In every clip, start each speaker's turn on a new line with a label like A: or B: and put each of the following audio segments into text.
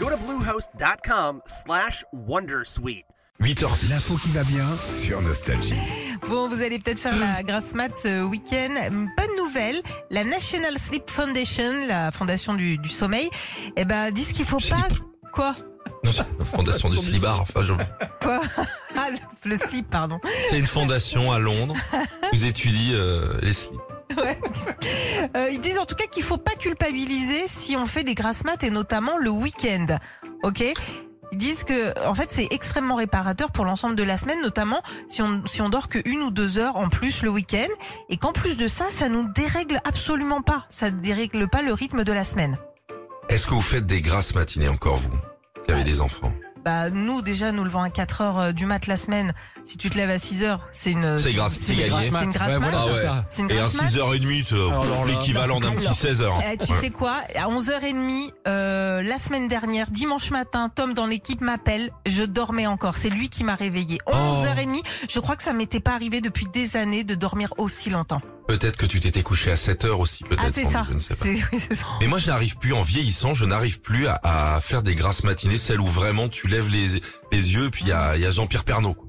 A: Go to bluehost.com slash Wondersuite.
B: 8 h
C: L'info qui va bien sur Nostalgie.
D: Bon, vous allez peut-être faire la grasse mat ce week-end. Bonne nouvelle, la National Sleep Foundation, la fondation du, du sommeil, eh ben, disent qu'il faut pas... Quoi
B: Non, c'est la fondation du Slibar. Enfin, je-
D: Quoi Ah, le- le slip, pardon.
B: C'est une fondation à Londres. Vous étudiez euh, les slips.
D: Ouais. Euh, ils disent en tout cas qu'il faut pas culpabiliser si on fait des grasses mat et notamment le week-end. Ok Ils disent que en fait c'est extrêmement réparateur pour l'ensemble de la semaine, notamment si on si on dort que une ou deux heures en plus le week-end et qu'en plus de ça ça nous dérègle absolument pas, ça dérègle pas le rythme de la semaine.
B: Est-ce que vous faites des grasses matinées encore, vous, qui avez des enfants
D: Bah nous déjà nous levons à 4 heures euh, du mat la semaine. Si tu te lèves à 6 heures, c'est une
B: C'est grâce- c'est
D: une-
B: gagné.
D: c'est une grasse
C: Ouais,
D: mat.
C: voilà,
B: Ah
C: c'est
B: ouais.
C: ça.
D: C'est une
B: Et un
D: grasse mat.
B: 6h30, c'est
C: Alors Oh là-
B: l'équivalent d'un petit
C: Alors.
B: 16h.
D: Euh, tu sais quoi À 11h30, euh, la semaine dernière, dimanche matin, Tom dans l'équipe m'appelle. Je dormais encore. C'est lui qui m'a réveillée.
B: Oh.
D: 11h30, je crois que ça m'était pas arrivé depuis des années de dormir aussi longtemps.
B: Peut-être que tu t'étais couché à 7h aussi, peut-être.
D: Ah, c'est
B: sans
D: ça.
B: doute, Je ne sais pas.
D: C'est oui, c'est ça.
B: Mais moi, je n'arrive plus, en vieillissant, je n'arrive plus à, à faire des grasses matinées, celles où vraiment tu lèves les, les yeux, puis il y a, il y a Jean-Pierre Pernaud. Quoi.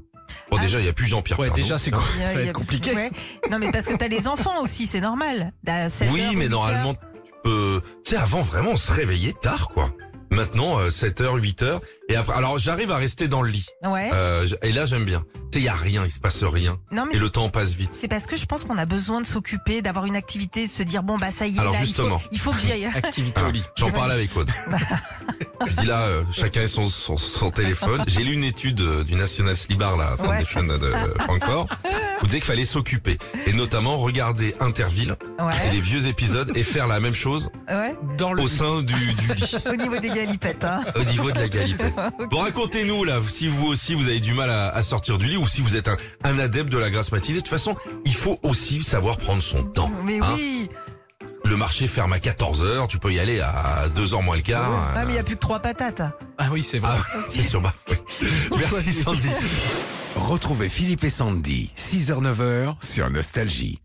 B: Bon,
D: Ah.
B: déjà, il n'y a plus Jean-Pierre Hein
C: Ouais,
B: Pernaut.
C: déjà, c'est quoi
D: Il y a-
C: Ça va
D: il y a-
C: être compliqué.
D: ouais. Non, mais parce que t'as les enfants aussi, c'est normal. À 7
B: Oui,
D: heures,
B: mais
D: 8
B: normalement,
D: heures.
B: tu peux... Tu sais, avant, vraiment, on se réveillait tard, quoi. Maintenant, euh, 7h, 8h. Et après, alors, j'arrive à rester dans le lit.
D: Ouais.
B: Euh, j- et là, j'aime bien. Tu sais, il n'y a rien, il se passe rien.
D: non, mais
B: Et le temps passe vite.
D: c'est parce que je pense qu'on a besoin de s'occuper, d'avoir une activité, de se dire bon bah ça y est,
B: Alors,
D: là,
B: justement.
D: il faut, il faut que j'y aille.
C: Activité
B: Ah,
C: au lit.
B: J'en parle avec Aude. Je dis là, euh, chacun son, son, son téléphone. J'ai lu une étude euh, du National Slibar, la Foundation de euh, Francfort, où disait qu'il fallait s'occuper. Et notamment regarder Interville et
D: Ouais,
B: les vieux épisodes et faire la même chose
D: ouais.
C: Dans le
B: au
C: lit.
B: sein du, du lit,
D: Au niveau des galipettes, hein.
B: au niveau de la galipette. Bon, racontez-nous là, si vous aussi vous avez du mal à, à sortir du lit ou si vous êtes un, un adepte de la grasse matinée. De toute façon, il faut aussi savoir prendre son temps.
D: Mais
B: hein.
D: oui.
B: Le marché ferme à 14h, tu peux y aller à 2h moins le quart.
D: Ah,
B: euh,
D: mais il n'y a plus que trois patates.
C: Ah oui, c'est vrai.
B: Ah, c'est sur ma... oui. Merci Sandy.
C: Pourquoi tu- tu-
B: Sandy.
C: Retrouvez
E: Philippe et Sandy, 6h-9h sur Nostalgie.